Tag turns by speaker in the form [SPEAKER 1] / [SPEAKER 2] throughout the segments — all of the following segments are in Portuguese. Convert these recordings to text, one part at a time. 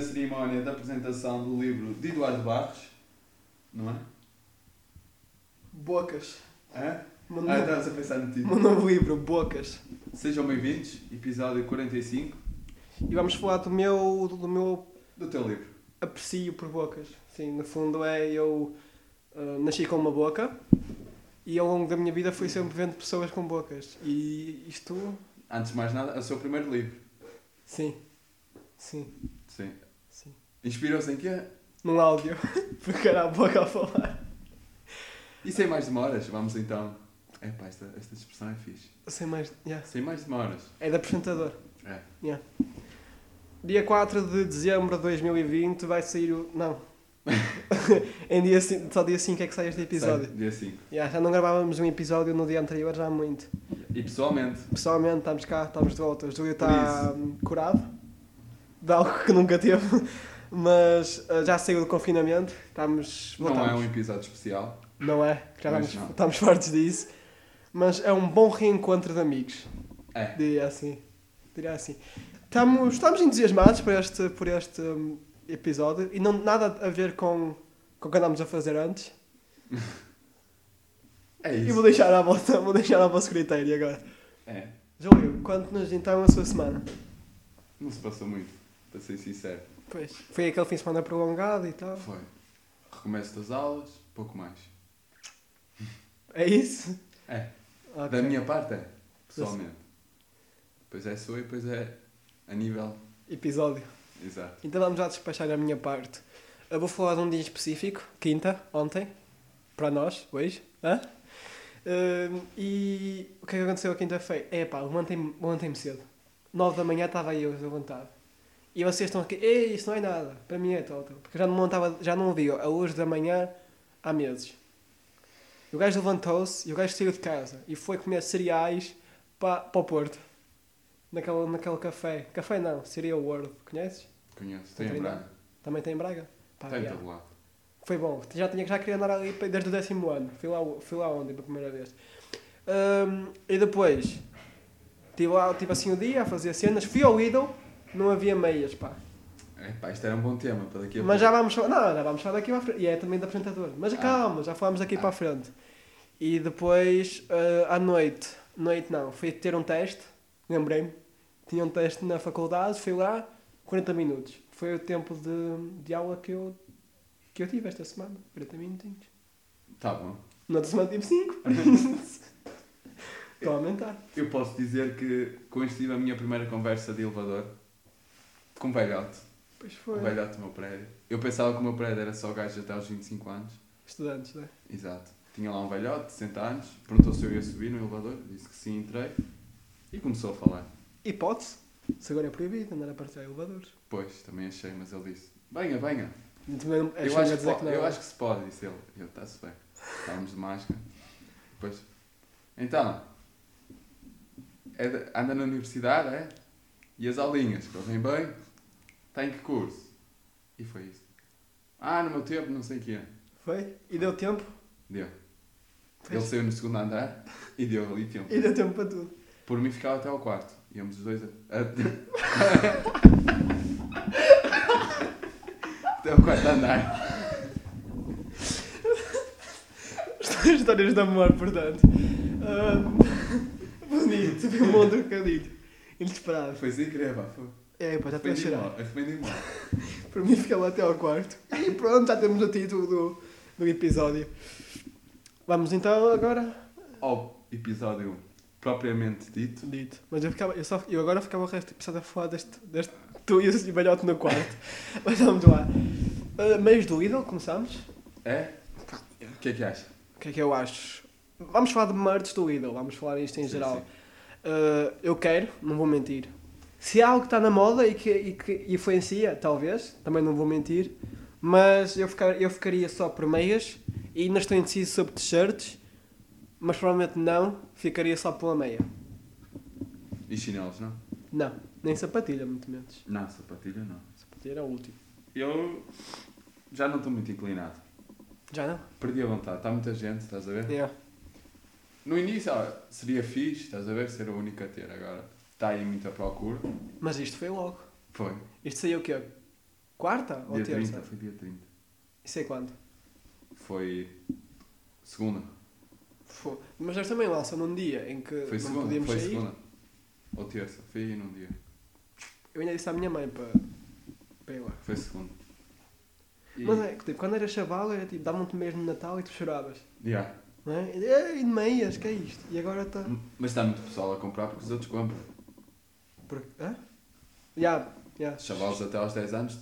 [SPEAKER 1] finalmente a apresentação do livro de Eduardo Barros, não é?
[SPEAKER 2] Bocas.
[SPEAKER 1] Hã?
[SPEAKER 2] Meu
[SPEAKER 1] Ah,
[SPEAKER 2] novo,
[SPEAKER 1] estavas a pensar no
[SPEAKER 2] meu
[SPEAKER 1] título.
[SPEAKER 2] novo livro, Bocas.
[SPEAKER 1] Sejam bem-vindos, episódio 45
[SPEAKER 2] E vamos falar do meu, do meu
[SPEAKER 1] do teu livro.
[SPEAKER 2] aprecio por bocas. Sim, no fundo é eu ah, nasci com uma boca e ao longo da minha vida fui sempre vendo pessoas com bocas. E isto,
[SPEAKER 1] Antes de mais nada, é o seu primeiro livro.
[SPEAKER 2] sim, sim,
[SPEAKER 1] Sim.
[SPEAKER 2] sim.
[SPEAKER 1] Inspirou-se em quê?
[SPEAKER 2] Num áudio, porque era a boca a falar.
[SPEAKER 1] E sem mais demoras, vamos então. Epá, esta, esta expressão é fixe.
[SPEAKER 2] Sem mais, yeah.
[SPEAKER 1] Sem mais demoras.
[SPEAKER 2] é de apresentador.
[SPEAKER 1] É.
[SPEAKER 2] Dia 4 de dezembro de 2020 vai sair o. Não. em dia, cin- só dia 5 é que sai este episódio.
[SPEAKER 1] Sai, dia 5.
[SPEAKER 2] Yeah, já não gravávamos um episódio no dia anterior, já há muito.
[SPEAKER 1] E pessoalmente,
[SPEAKER 2] Pessoalmente, estamos cá, estamos de volta. O Júlio está hum, curado de algo que nunca teve, mas ah, já saiu do confinamento. Estamos.
[SPEAKER 1] não é
[SPEAKER 2] voltamos.
[SPEAKER 1] um episódio especial.
[SPEAKER 2] Não é? Já
[SPEAKER 1] Pois
[SPEAKER 2] estamos,
[SPEAKER 1] não.
[SPEAKER 2] estamos fartos disso. Mas é um bom reencontro de amigos.
[SPEAKER 1] É.
[SPEAKER 2] Diria assim. Diria assim. Estamos, estamos entusiasmados por este, por este hum, episódio e não nada a ver com, com o que andámos a fazer antes.
[SPEAKER 1] É
[SPEAKER 2] E vou
[SPEAKER 1] isso.
[SPEAKER 2] deixar à volta, vou deixar ao vosso critério agora.
[SPEAKER 1] É.
[SPEAKER 2] Júlio, conte-nos então a sua semana.
[SPEAKER 1] Não se passou muito, para ser sincero.
[SPEAKER 2] Pois. Foi aquele fim de semana prolongado e tal.
[SPEAKER 1] Foi. Recomeço das aulas, pouco mais.
[SPEAKER 2] É isso?
[SPEAKER 1] É.
[SPEAKER 2] Ok.
[SPEAKER 1] Da minha parte é, pessoalmente. Pois é sua e pois é a nível.
[SPEAKER 2] Episódio.
[SPEAKER 1] Exato.
[SPEAKER 2] Então vamos já despachar a minha parte. Eu vou falar de um dia específico, quinta, ontem, para nós, hoje. hã? Hum, e o que é que aconteceu a quinta-feira? É pá, levantei-me levantei-me cedo. nove da manhã estava eu levantado. E vocês estão aqui, ei, isso não é nada, para mim é total. Porque eu já não, montava, já não via a luz da manhã há meses. E o gajo levantou-se e o gajo saiu de casa e foi comer cereais para, para o Porto. Naquele, naquele café. Café não, seria o World, conheces?
[SPEAKER 1] Conheço. Tem
[SPEAKER 2] Tem treinado?
[SPEAKER 1] Braga.
[SPEAKER 2] Também tem em Braga? Pá,
[SPEAKER 1] Tem
[SPEAKER 2] já.
[SPEAKER 1] todo lado.
[SPEAKER 2] Foi bom, já, tinha, já queria andar ali pe- desde o décimo ano. Fui lá, fui lá ontem pela primeira vez. Ahm, e depois, estive lá, tive assim o dia a fazer cenas. Fui ao Lidl, não havia meias, pá.
[SPEAKER 1] É, pá, isto era um bom tema para daqui a
[SPEAKER 2] Mas já
[SPEAKER 1] pouco.
[SPEAKER 2] vamos falar, não, já vamos falar daqui para a frente. E é também de apresentador. Mas
[SPEAKER 1] Ah.
[SPEAKER 2] calma, já falámos daqui
[SPEAKER 1] Ah.
[SPEAKER 2] para a frente. E depois, ah, à noite, noite não, fui ter um teste, lembrei-me. Tinha um teste na faculdade, fui lá, 40 minutos. Foi o tempo de, de aula que eu, que eu tive esta semana, 40 minutinhos.
[SPEAKER 1] Tá bom.
[SPEAKER 2] Na outra semana tive 5. Estou a aumentar.
[SPEAKER 1] Eu posso dizer que coincidiu a minha primeira conversa de elevador com um velhote.
[SPEAKER 2] Pois foi.
[SPEAKER 1] Um velhote do meu prédio. Eu pensava que o meu prédio era só gajos até aos 25 anos.
[SPEAKER 2] Estudantes, não é?
[SPEAKER 1] Exato. Tinha lá um velhote de 60 anos. Perguntou se eu ia subir no elevador. Disse que sim, entrei. E começou a falar.
[SPEAKER 2] Hipótese. Se agora é proibido andar a partilhar elevadores.
[SPEAKER 1] Pois, também achei, mas ele disse: Venha, venha.
[SPEAKER 2] Também não- é
[SPEAKER 1] eu,
[SPEAKER 2] chunga
[SPEAKER 1] acho que,
[SPEAKER 2] dizer
[SPEAKER 1] po-
[SPEAKER 2] não.
[SPEAKER 1] eu acho que se pode, disse ele. Eu, está-se bem. Estávamos de máscara. Pois. Então, é de- anda na universidade, é? E as aulinhas, correm bem? Está em que curso? E foi isso. Ah, no meu tempo, não sei o quê.
[SPEAKER 2] Foi? E deu tempo?
[SPEAKER 1] Deu.
[SPEAKER 2] Foi.
[SPEAKER 1] Ele saiu no segundo andar e deu ali tempo.
[SPEAKER 2] E deu tempo para tudo.
[SPEAKER 1] Por mim ficava até ao quarto. Íamos os dois a... a- até ao quarto andar.
[SPEAKER 2] é Histórias de amor, portanto. Ahm, bonito, foi um bom trocadilho. Inesperado.
[SPEAKER 1] Foi sem querer, pá. Foi.
[SPEAKER 2] É, pá, já estou a
[SPEAKER 1] Arrependi-me
[SPEAKER 2] cheirar.
[SPEAKER 1] logo, Arrependi-me logo.
[SPEAKER 2] Para mim fica lá até ao quarto. E pronto, já temos o título do, do episódio. Vamos então agora.
[SPEAKER 1] ao episódio propriamente dito.
[SPEAKER 2] Dito. Mas eu, ficava, eu, só, eu agora ficava o resto do episódio a falar deste, deste tu e esse velhote no quarto. Mas vamos lá. Ah, meios do Lidl, começamos.
[SPEAKER 1] É? O que é que acha?
[SPEAKER 2] O que é que eu acho? Vamos falar de merdes do Lidl, vamos falar isto em
[SPEAKER 1] Sim,
[SPEAKER 2] geral.
[SPEAKER 1] sim.
[SPEAKER 2] Uh, eu quero, não vou mentir. Se há algo que está na moda e que, e que influencia, talvez, também não vou mentir, mas eu, ficar- eu ficaria só por meias e ainda estou indeciso sobre t-shirts, mas provavelmente não, ficaria só pela meia.
[SPEAKER 1] E chinelos, não?
[SPEAKER 2] Não, nem sapatilha, muito menos.
[SPEAKER 1] Não, sapatilha não.
[SPEAKER 2] Sapatilha é o último.
[SPEAKER 1] Eu já não estou muito inclinado.
[SPEAKER 2] Já não?
[SPEAKER 1] Perdi a vontade. Está muita gente, estás a ver?
[SPEAKER 2] Yeah.
[SPEAKER 1] No início ah, seria fixe, estás a ver? Ser a única a ter agora. Está aí muita procura.
[SPEAKER 2] Mas isto foi logo.
[SPEAKER 1] Foi.
[SPEAKER 2] Isto saiu o quê? Quarta ou
[SPEAKER 1] Dia
[SPEAKER 2] terça?
[SPEAKER 1] 30, foi dia 30.
[SPEAKER 2] Isso é quando?
[SPEAKER 1] Foi segunda.
[SPEAKER 2] Fo- Mas nós também lançam num dia em que
[SPEAKER 1] Foi
[SPEAKER 2] não
[SPEAKER 1] segunda,
[SPEAKER 2] podíamos
[SPEAKER 1] foi
[SPEAKER 2] sair.
[SPEAKER 1] segunda. Ou terça, foi aí num dia.
[SPEAKER 2] Eu ainda disse à minha mãe para, para ir lá.
[SPEAKER 1] Foi segunda. E,
[SPEAKER 2] Mas é que tipo, quando era chaval era tipo, davam-te mesmo no Natal e tu choravas.
[SPEAKER 1] Yeah.
[SPEAKER 2] Não é? E, "Ei, de meias, que é isto? E agora está.
[SPEAKER 1] Mas está muito pessoal a comprar porque os outros compram.
[SPEAKER 2] Por... Hã? Já, já.
[SPEAKER 1] Chavalos até aos 10 anos,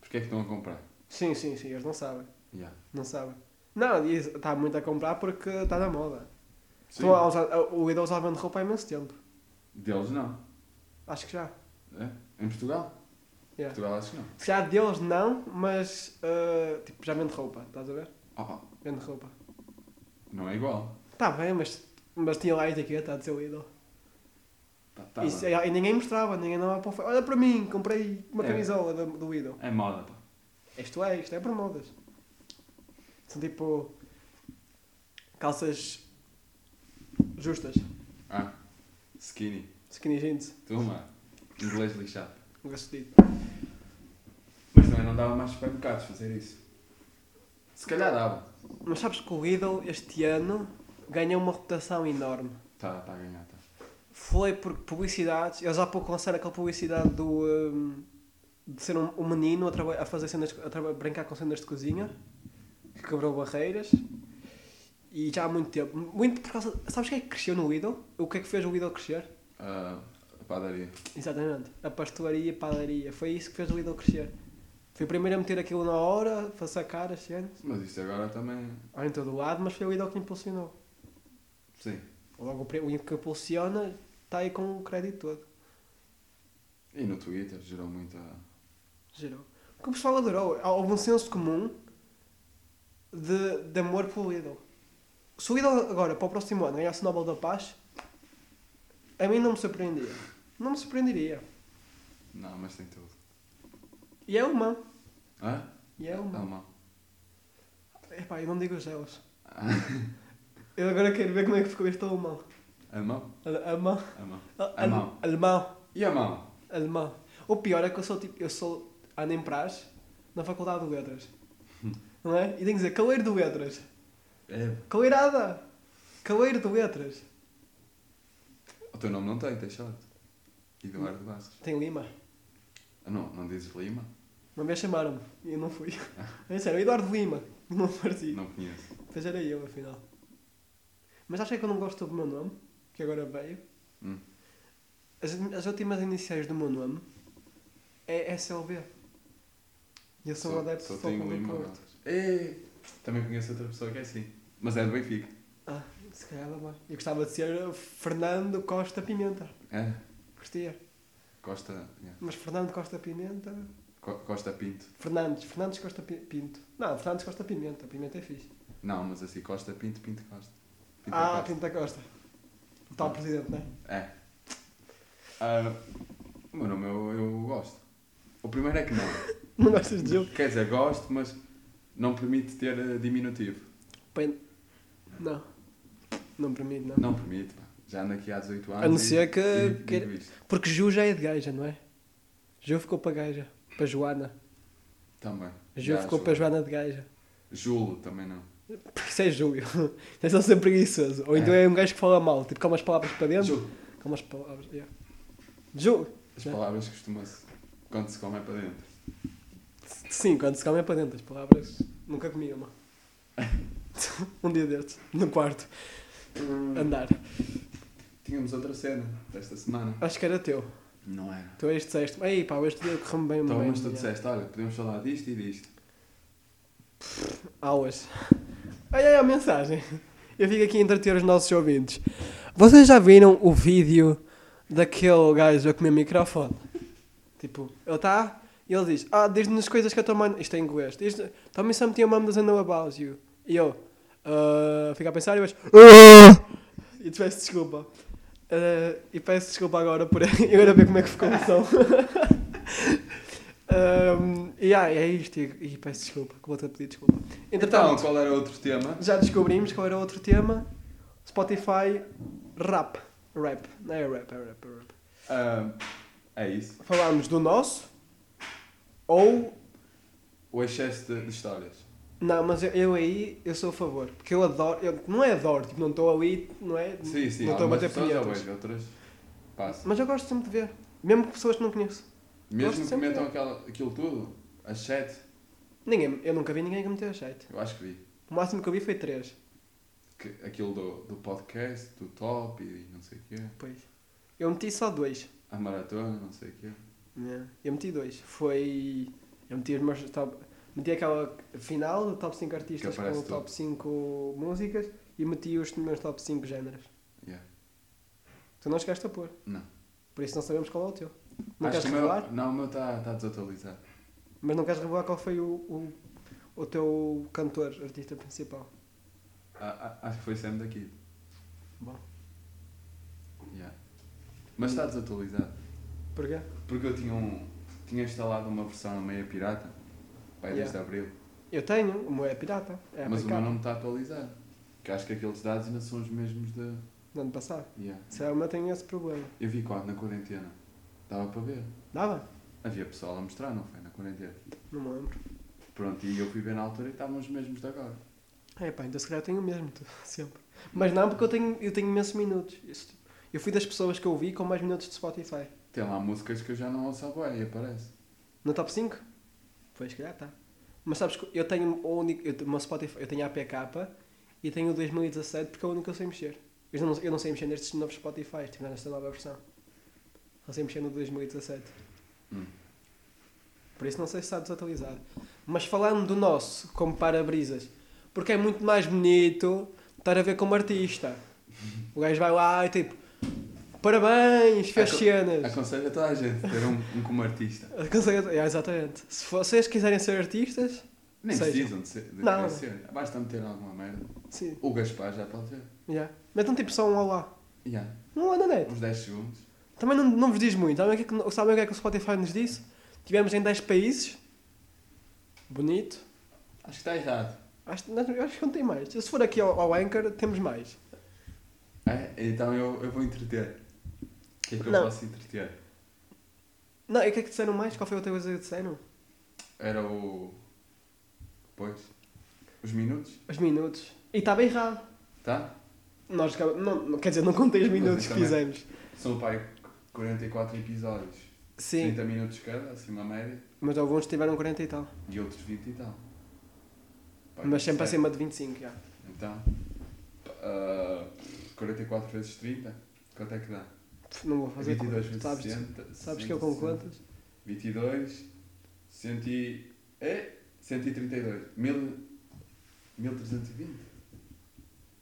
[SPEAKER 1] porque é que estão a comprar?
[SPEAKER 2] Sim, sim, sim, eles não sabem.
[SPEAKER 1] Yeah.
[SPEAKER 2] Não sabem. Não, e está muito a comprar porque está na moda.
[SPEAKER 1] Sim.
[SPEAKER 2] Estão a usar, o idoso à venda roupa há imenso tempo.
[SPEAKER 1] Deles não.
[SPEAKER 2] Acho que já.
[SPEAKER 1] É? Em Portugal?
[SPEAKER 2] já
[SPEAKER 1] Portugal acho que não.
[SPEAKER 2] Se calhar deles não, mas ah, tipo, já vende roupa, estás a ver?
[SPEAKER 1] Oh,
[SPEAKER 2] Vende roupa.
[SPEAKER 1] não é igual.
[SPEAKER 2] Está Tá bem, mas, mas tinha lá a etiqueta a dizer o ídolo.
[SPEAKER 1] Tá, tá
[SPEAKER 2] Isso,
[SPEAKER 1] bem.
[SPEAKER 2] e, e ninguém mostrava, ninguém dava para o fora. Olha para mim, comprei uma
[SPEAKER 1] É.
[SPEAKER 2] camisola do, do ídolo.
[SPEAKER 1] é... moda, pá.
[SPEAKER 2] Isto é, isto é para modas. São tipo calças justas,
[SPEAKER 1] Ah, skinny.
[SPEAKER 2] skinny jeans,
[SPEAKER 1] Toma. Inglês lixado.
[SPEAKER 2] um gasolito.
[SPEAKER 1] Mas também não dava mais supermercados fazer isso. Se calhar dava.
[SPEAKER 2] Mas sabes que o Lidl este ano ganhou uma reputação enorme.
[SPEAKER 1] Tá, tá a ganhar, tá.
[SPEAKER 2] Foi por publicidades, eles há pouco lançaram aquela publicidade do hum, de ser um, um menino a, traba- a fazer cenas, a, traba- a brincar com cenas de cozinha, que quebrou barreiras. E já há muito tempo, muito por causa. Sabes o que é que cresceu no Lidl? O que é que fez o Lidl crescer?
[SPEAKER 1] Ah, a padaria.
[SPEAKER 2] Exatamente. A pastelaria e a padaria. Foi isso que fez o Lidl crescer. Foi o primeiro a meter aquilo na hora, para sacar as cenas.
[SPEAKER 1] Mas isso agora também.
[SPEAKER 2] Ou em todo o lado, mas foi o Lidl que impulsionou.
[SPEAKER 1] Sim.
[SPEAKER 2] Logo, o pre- o que impulsiona está aí com o crédito todo.
[SPEAKER 1] E no Twitter gerou muita.
[SPEAKER 2] Gerou. O que o pessoal adorou. Há algum senso comum de, de amor pelo Lidl. Se o Lidl agora, para o próximo ano, ganhasse o Nobel da Paz, a mim não me surpreendia. Não me surpreenderia.
[SPEAKER 1] Não, mas tem tudo. Ah?
[SPEAKER 2] E é uma.
[SPEAKER 1] Hã?
[SPEAKER 2] E é uma.
[SPEAKER 1] Alemão.
[SPEAKER 2] Epá, eu não digo os elas. Eu agora quero ver como é que ficou este alemão.
[SPEAKER 1] Alemão?
[SPEAKER 2] Ale- Alemão.
[SPEAKER 1] Alemão.
[SPEAKER 2] Ale-
[SPEAKER 1] Alemão.
[SPEAKER 2] Alemão.
[SPEAKER 1] E a mão?
[SPEAKER 2] Alemão. O pior é que eu sou tipo. Eu sou. Ando em praxe na Faculdade de Letras. Não é? E tenho que dizer caleiro de letras.
[SPEAKER 1] É.
[SPEAKER 2] Caleirada! Caleiro de letras.
[SPEAKER 1] O teu nome não tem, tem short. Eduardo Bastos.
[SPEAKER 2] Tem Lima.
[SPEAKER 1] Ah, não, não dizes Lima?
[SPEAKER 2] Uma vez chamaram-me e eu não fui. É sério, Eduardo Lima. Não apareci.
[SPEAKER 1] Não conheço.
[SPEAKER 2] Mas era eu, afinal. Mas acho que eu não gosto do meu nome, que agora veio.
[SPEAKER 1] Hum.
[SPEAKER 2] As, as últimas iniciais do meu nome é SLB. E eu sou um adepto
[SPEAKER 1] só
[SPEAKER 2] de
[SPEAKER 1] tenho
[SPEAKER 2] futebol do
[SPEAKER 1] Lima. é?
[SPEAKER 2] Porto.
[SPEAKER 1] Ei, também conheço outra pessoa que é assim. Mas é do Benfica.
[SPEAKER 2] Ah, se calhar vai. Eu gostava de ser eh, Fernando Costa Pimenta.
[SPEAKER 1] É.
[SPEAKER 2] Gostia.
[SPEAKER 1] Costa. yeah.
[SPEAKER 2] Mas Fernando Costa Pimenta.
[SPEAKER 1] Co- Costa Pinto.
[SPEAKER 2] Fernandes, Fernandes Costa Pi- Pinto. Não, Fernandes Costa Pimenta. Pimenta é fixe.
[SPEAKER 1] Não, mas assim, Costa Pinto, Pinto Costa. Pinto
[SPEAKER 2] ah,
[SPEAKER 1] Costa.
[SPEAKER 2] Pinta Costa. O tal
[SPEAKER 1] Ah.
[SPEAKER 2] presidente, não é?
[SPEAKER 1] É. Ah, o meu nome eu, eu gosto. O primeiro é que não.
[SPEAKER 2] Não gostas de Gil?
[SPEAKER 1] Quer dizer, gosto, mas não permite ter eh, diminutivo.
[SPEAKER 2] Pen- Não. Não permite, não.
[SPEAKER 1] Não permite, pá. Já ando aqui há 18 anos.
[SPEAKER 2] A não
[SPEAKER 1] e-
[SPEAKER 2] ser que-
[SPEAKER 1] e digo
[SPEAKER 2] que-
[SPEAKER 1] isto.
[SPEAKER 2] Porque Ju já é de gaja, não é? Ju ficou para gaja. Para Joana.
[SPEAKER 1] Também.
[SPEAKER 2] Ju
[SPEAKER 1] Já,
[SPEAKER 2] ficou
[SPEAKER 1] Ju-
[SPEAKER 2] para Joana de gaja.
[SPEAKER 1] Julo também não.
[SPEAKER 2] Porque isso é Júlio. É só sempre preguiçoso. Ou então
[SPEAKER 1] É.
[SPEAKER 2] é. um gajo que fala mal. Tipo, com umas palavras para dentro.
[SPEAKER 1] Julo.
[SPEAKER 2] Com umas palavras. Yeah. Ju.
[SPEAKER 1] As
[SPEAKER 2] Né?
[SPEAKER 1] palavras costuma-se. Quando se come é para dentro.
[SPEAKER 2] Sim, quando se come é para dentro. As palavras. Nunca comi uma. um dia destes. No quarto. Andar.
[SPEAKER 1] Tínhamos outra cena desta semana.
[SPEAKER 2] Acho que era teu.
[SPEAKER 1] Não era.
[SPEAKER 2] Tu és Então disseste. Ei pá, este dia correu-me bem.
[SPEAKER 1] Então,
[SPEAKER 2] bem,
[SPEAKER 1] mas tu
[SPEAKER 2] yeah.
[SPEAKER 1] disseste, olha, podemos falar disto e disto.
[SPEAKER 2] aulas. Olha aí a mensagem. Eu fico aqui a entreter os nossos ouvintes. Vocês já viram o vídeo daquele gajo a comer microfone? Tipo, ele está e ele diz: Ah, diz-nos coisas que a tua mãe. Isto é em inglês. Diz, tell me something your mom doesn't know about you. E eu ah, fico a pensar e vais. E te peço desculpa. Ah, e peço desculpa agora por eu era ver como é que ficou o som. Ah, e ah, é isto. E, e peço desculpa, que vou-te a pedir desculpa.
[SPEAKER 1] Então,
[SPEAKER 2] Entretanto,
[SPEAKER 1] qual era outro tema?
[SPEAKER 2] já descobrimos qual era o outro tema. Spotify rap. Rap. Não é rap, é rap, é rap.
[SPEAKER 1] Ah, é isso.
[SPEAKER 2] Falámos do nosso ou
[SPEAKER 1] o excesso de, de histórias.
[SPEAKER 2] Não, mas eu, eu aí, eu sou a favor. Porque eu adoro, eu, não é adoro, tipo, não estou ali, não é?
[SPEAKER 1] Sim, sim,
[SPEAKER 2] não estou a
[SPEAKER 1] algumas
[SPEAKER 2] bater
[SPEAKER 1] pessoas eu
[SPEAKER 2] punhetas.
[SPEAKER 1] vejo, outras passa.
[SPEAKER 2] Mas eu gosto sempre de ver. Mesmo que pessoas que não conheço.
[SPEAKER 1] Mesmo que
[SPEAKER 2] sempre
[SPEAKER 1] metam
[SPEAKER 2] de-
[SPEAKER 1] aquela, aquilo tudo, as sete,
[SPEAKER 2] Ninguém, eu nunca vi ninguém que meteu jeito.
[SPEAKER 1] eu acho que vi.
[SPEAKER 2] O máximo que eu vi foi três.
[SPEAKER 1] Que, aquilo do, do podcast, do top e não sei o quê.
[SPEAKER 2] Pois. Eu meti só dois.
[SPEAKER 1] A maratona, não sei o quê.
[SPEAKER 2] né? Eu meti dois. Foi. Eu meti os meus top. Meti aquela final do top 5 artistas
[SPEAKER 1] Que
[SPEAKER 2] com
[SPEAKER 1] aparece
[SPEAKER 2] o top 5 músicas e meti os meus top 5 géneros.
[SPEAKER 1] Yeah.
[SPEAKER 2] Tu não chegaste a pôr,
[SPEAKER 1] Não.
[SPEAKER 2] por isso não sabemos qual é o teu. Não
[SPEAKER 1] Acho
[SPEAKER 2] queres
[SPEAKER 1] que o meu-
[SPEAKER 2] revelar?
[SPEAKER 1] Não, o meu está tá desatualizado.
[SPEAKER 2] Mas não queres revelar qual foi o, o, o teu cantor, artista principal.
[SPEAKER 1] A- a- Ah, acho que foi sempre daqui.
[SPEAKER 2] Bom.
[SPEAKER 1] Yeah. Mas está desatualizado.
[SPEAKER 2] Porquê?
[SPEAKER 1] Porque eu tinha um. Tinha instalado uma versão meia pirata. Vai desde abril.
[SPEAKER 2] Eu tenho, o meu é pirata. É
[SPEAKER 1] mas o meu
[SPEAKER 2] aplicado,
[SPEAKER 1] não está atualizado. Porque acho que aqueles dados ainda são os mesmos de.
[SPEAKER 2] do ano passado.
[SPEAKER 1] Yeah.
[SPEAKER 2] Será que o meu tem esse problema?
[SPEAKER 1] Eu vi quando? Na quarentena. Dava para ver.
[SPEAKER 2] Dava?
[SPEAKER 1] Havia pessoal a mostrar, não foi? Na quarentena.
[SPEAKER 2] Não me lembro.
[SPEAKER 1] Pronto, e eu fui ver na altura e estavam os mesmos de agora.
[SPEAKER 2] É pá, então se calhar tenho o mesmo, tu, sempre. Mas não, porque eu tenho, eu tenho imensos minutos. Isso- Eu fui das pessoas que eu vi com mais minutos de Spotify.
[SPEAKER 1] Tem lá músicas que eu já não ouço a boia e aparece.
[SPEAKER 2] No top 5? Pois, se calhar está. Mas sabes que eu tenho o único. Eu, tenho- o meu Spotify, eu tenho a APK e tenho o 2017 porque é o único que eu sei mexer. Eu não, eu não sei mexer nestes novos Spotify, tipo nesta nova versão. Não sei mexer no 2017.
[SPEAKER 1] Hum.
[SPEAKER 2] Por isso não sei se está desatualizado. Mas falando do nosso, como para-brisas, porque é muito mais bonito estar a ver como artista. O gajo vai lá e tipo, parabéns, fez
[SPEAKER 1] Acon-
[SPEAKER 2] cenas.
[SPEAKER 1] Aconselho a toda a gente ter um, um como artista.
[SPEAKER 2] Aconselho- é, exatamente. Se vocês quiserem ser artistas,
[SPEAKER 1] Nem
[SPEAKER 2] Seja.
[SPEAKER 1] precisam de ser. De
[SPEAKER 2] Não.
[SPEAKER 1] querer ser. Basta meter alguma merda.
[SPEAKER 2] sim.
[SPEAKER 1] O Gaspar já pode ter.
[SPEAKER 2] Yeah. Metam tipo só um olá.
[SPEAKER 1] Yeah.
[SPEAKER 2] Um olá na net.
[SPEAKER 1] Uns 10 segundos.
[SPEAKER 2] Também não, não vos diz muito. Sabem o, que é que, sabem o que é que o Spotify nos disse? Tivemos em 10 países. Bonito.
[SPEAKER 1] Acho que está errado.
[SPEAKER 2] Acho, nós- eu acho que não tem mais. Se for aqui ao, ao Anchor, temos mais.
[SPEAKER 1] É? Então eu, eu vou entreter. O que é que eu
[SPEAKER 2] Não.
[SPEAKER 1] posso entreter?
[SPEAKER 2] Não, e o que é que disseram mais? Qual foi a outra coisa que disseram?
[SPEAKER 1] Era o. Pois. Os minutos,
[SPEAKER 2] Os minutos. E estava errado.
[SPEAKER 1] tá?
[SPEAKER 2] Nós, acaba- não, não- quer dizer, não contei os
[SPEAKER 1] Mas
[SPEAKER 2] minutos
[SPEAKER 1] eu
[SPEAKER 2] que
[SPEAKER 1] também.
[SPEAKER 2] fizemos.
[SPEAKER 1] São pai 44 episódios.
[SPEAKER 2] Sim,
[SPEAKER 1] 30 minutos cada, assim uma média.
[SPEAKER 2] mas alguns tiveram 40 e tal.
[SPEAKER 1] E outros 20 e tal. Pai,
[SPEAKER 2] mas sempre assim.
[SPEAKER 1] certo.
[SPEAKER 2] acima de 25, já.
[SPEAKER 1] Então. ah, 44 vezes 30, quanto é que dá?
[SPEAKER 2] Pff, Não vou fazer
[SPEAKER 1] 22
[SPEAKER 2] contas.
[SPEAKER 1] vezes
[SPEAKER 2] Sabes,
[SPEAKER 1] 60.
[SPEAKER 2] então, sabes que eu com
[SPEAKER 1] 160.
[SPEAKER 2] contas?
[SPEAKER 1] 22, 100 e... É? 132. 1000 1320?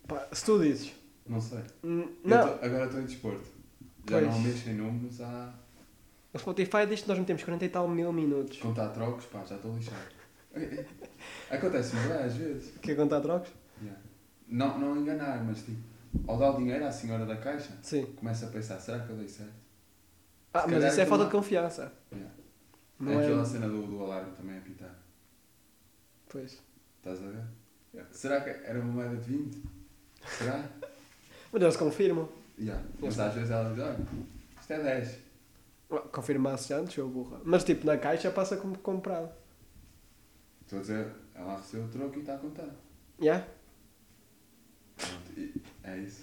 [SPEAKER 2] Pá, se tu dizes.
[SPEAKER 1] Não sei.
[SPEAKER 2] Hum,
[SPEAKER 1] Eu
[SPEAKER 2] Não,
[SPEAKER 1] tô- agora estou em desporto. Já
[SPEAKER 2] Pois.
[SPEAKER 1] não mexo em números há.
[SPEAKER 2] o Spotify diz que nós metemos 40 e tal mil minutos.
[SPEAKER 1] Contar trocos, pá, já estou lixado. Acontece-me bem às vezes.
[SPEAKER 2] Quer contar trocos?
[SPEAKER 1] Yeah. Não, não enganar, mas tipo, ao dar o dinheiro à senhora da caixa,
[SPEAKER 2] Sim.
[SPEAKER 1] começa a pensar, será que eu dei certo?
[SPEAKER 2] Ah,
[SPEAKER 1] Se
[SPEAKER 2] mas
[SPEAKER 1] calhar
[SPEAKER 2] isso é
[SPEAKER 1] aquilo
[SPEAKER 2] falta
[SPEAKER 1] não-
[SPEAKER 2] de confiança.
[SPEAKER 1] Yeah.
[SPEAKER 2] Não
[SPEAKER 1] é
[SPEAKER 2] é?
[SPEAKER 1] aquela cena do, do alarme também é a pitar.
[SPEAKER 2] Pois.
[SPEAKER 1] Estás a ver? Yeah. Será que era uma moeda de 20? Será?
[SPEAKER 2] Mas eles confirmam.
[SPEAKER 1] Yeah. Mas às vezes ela diz, olha, isto é 10.
[SPEAKER 2] Ah, Confirmasse antes, eu burra. Mas tipo, na caixa passa como comprado.
[SPEAKER 1] Estou a dizer, ela recebeu o troco e está a contar.
[SPEAKER 2] Yeah?
[SPEAKER 1] Pronto, e é isso.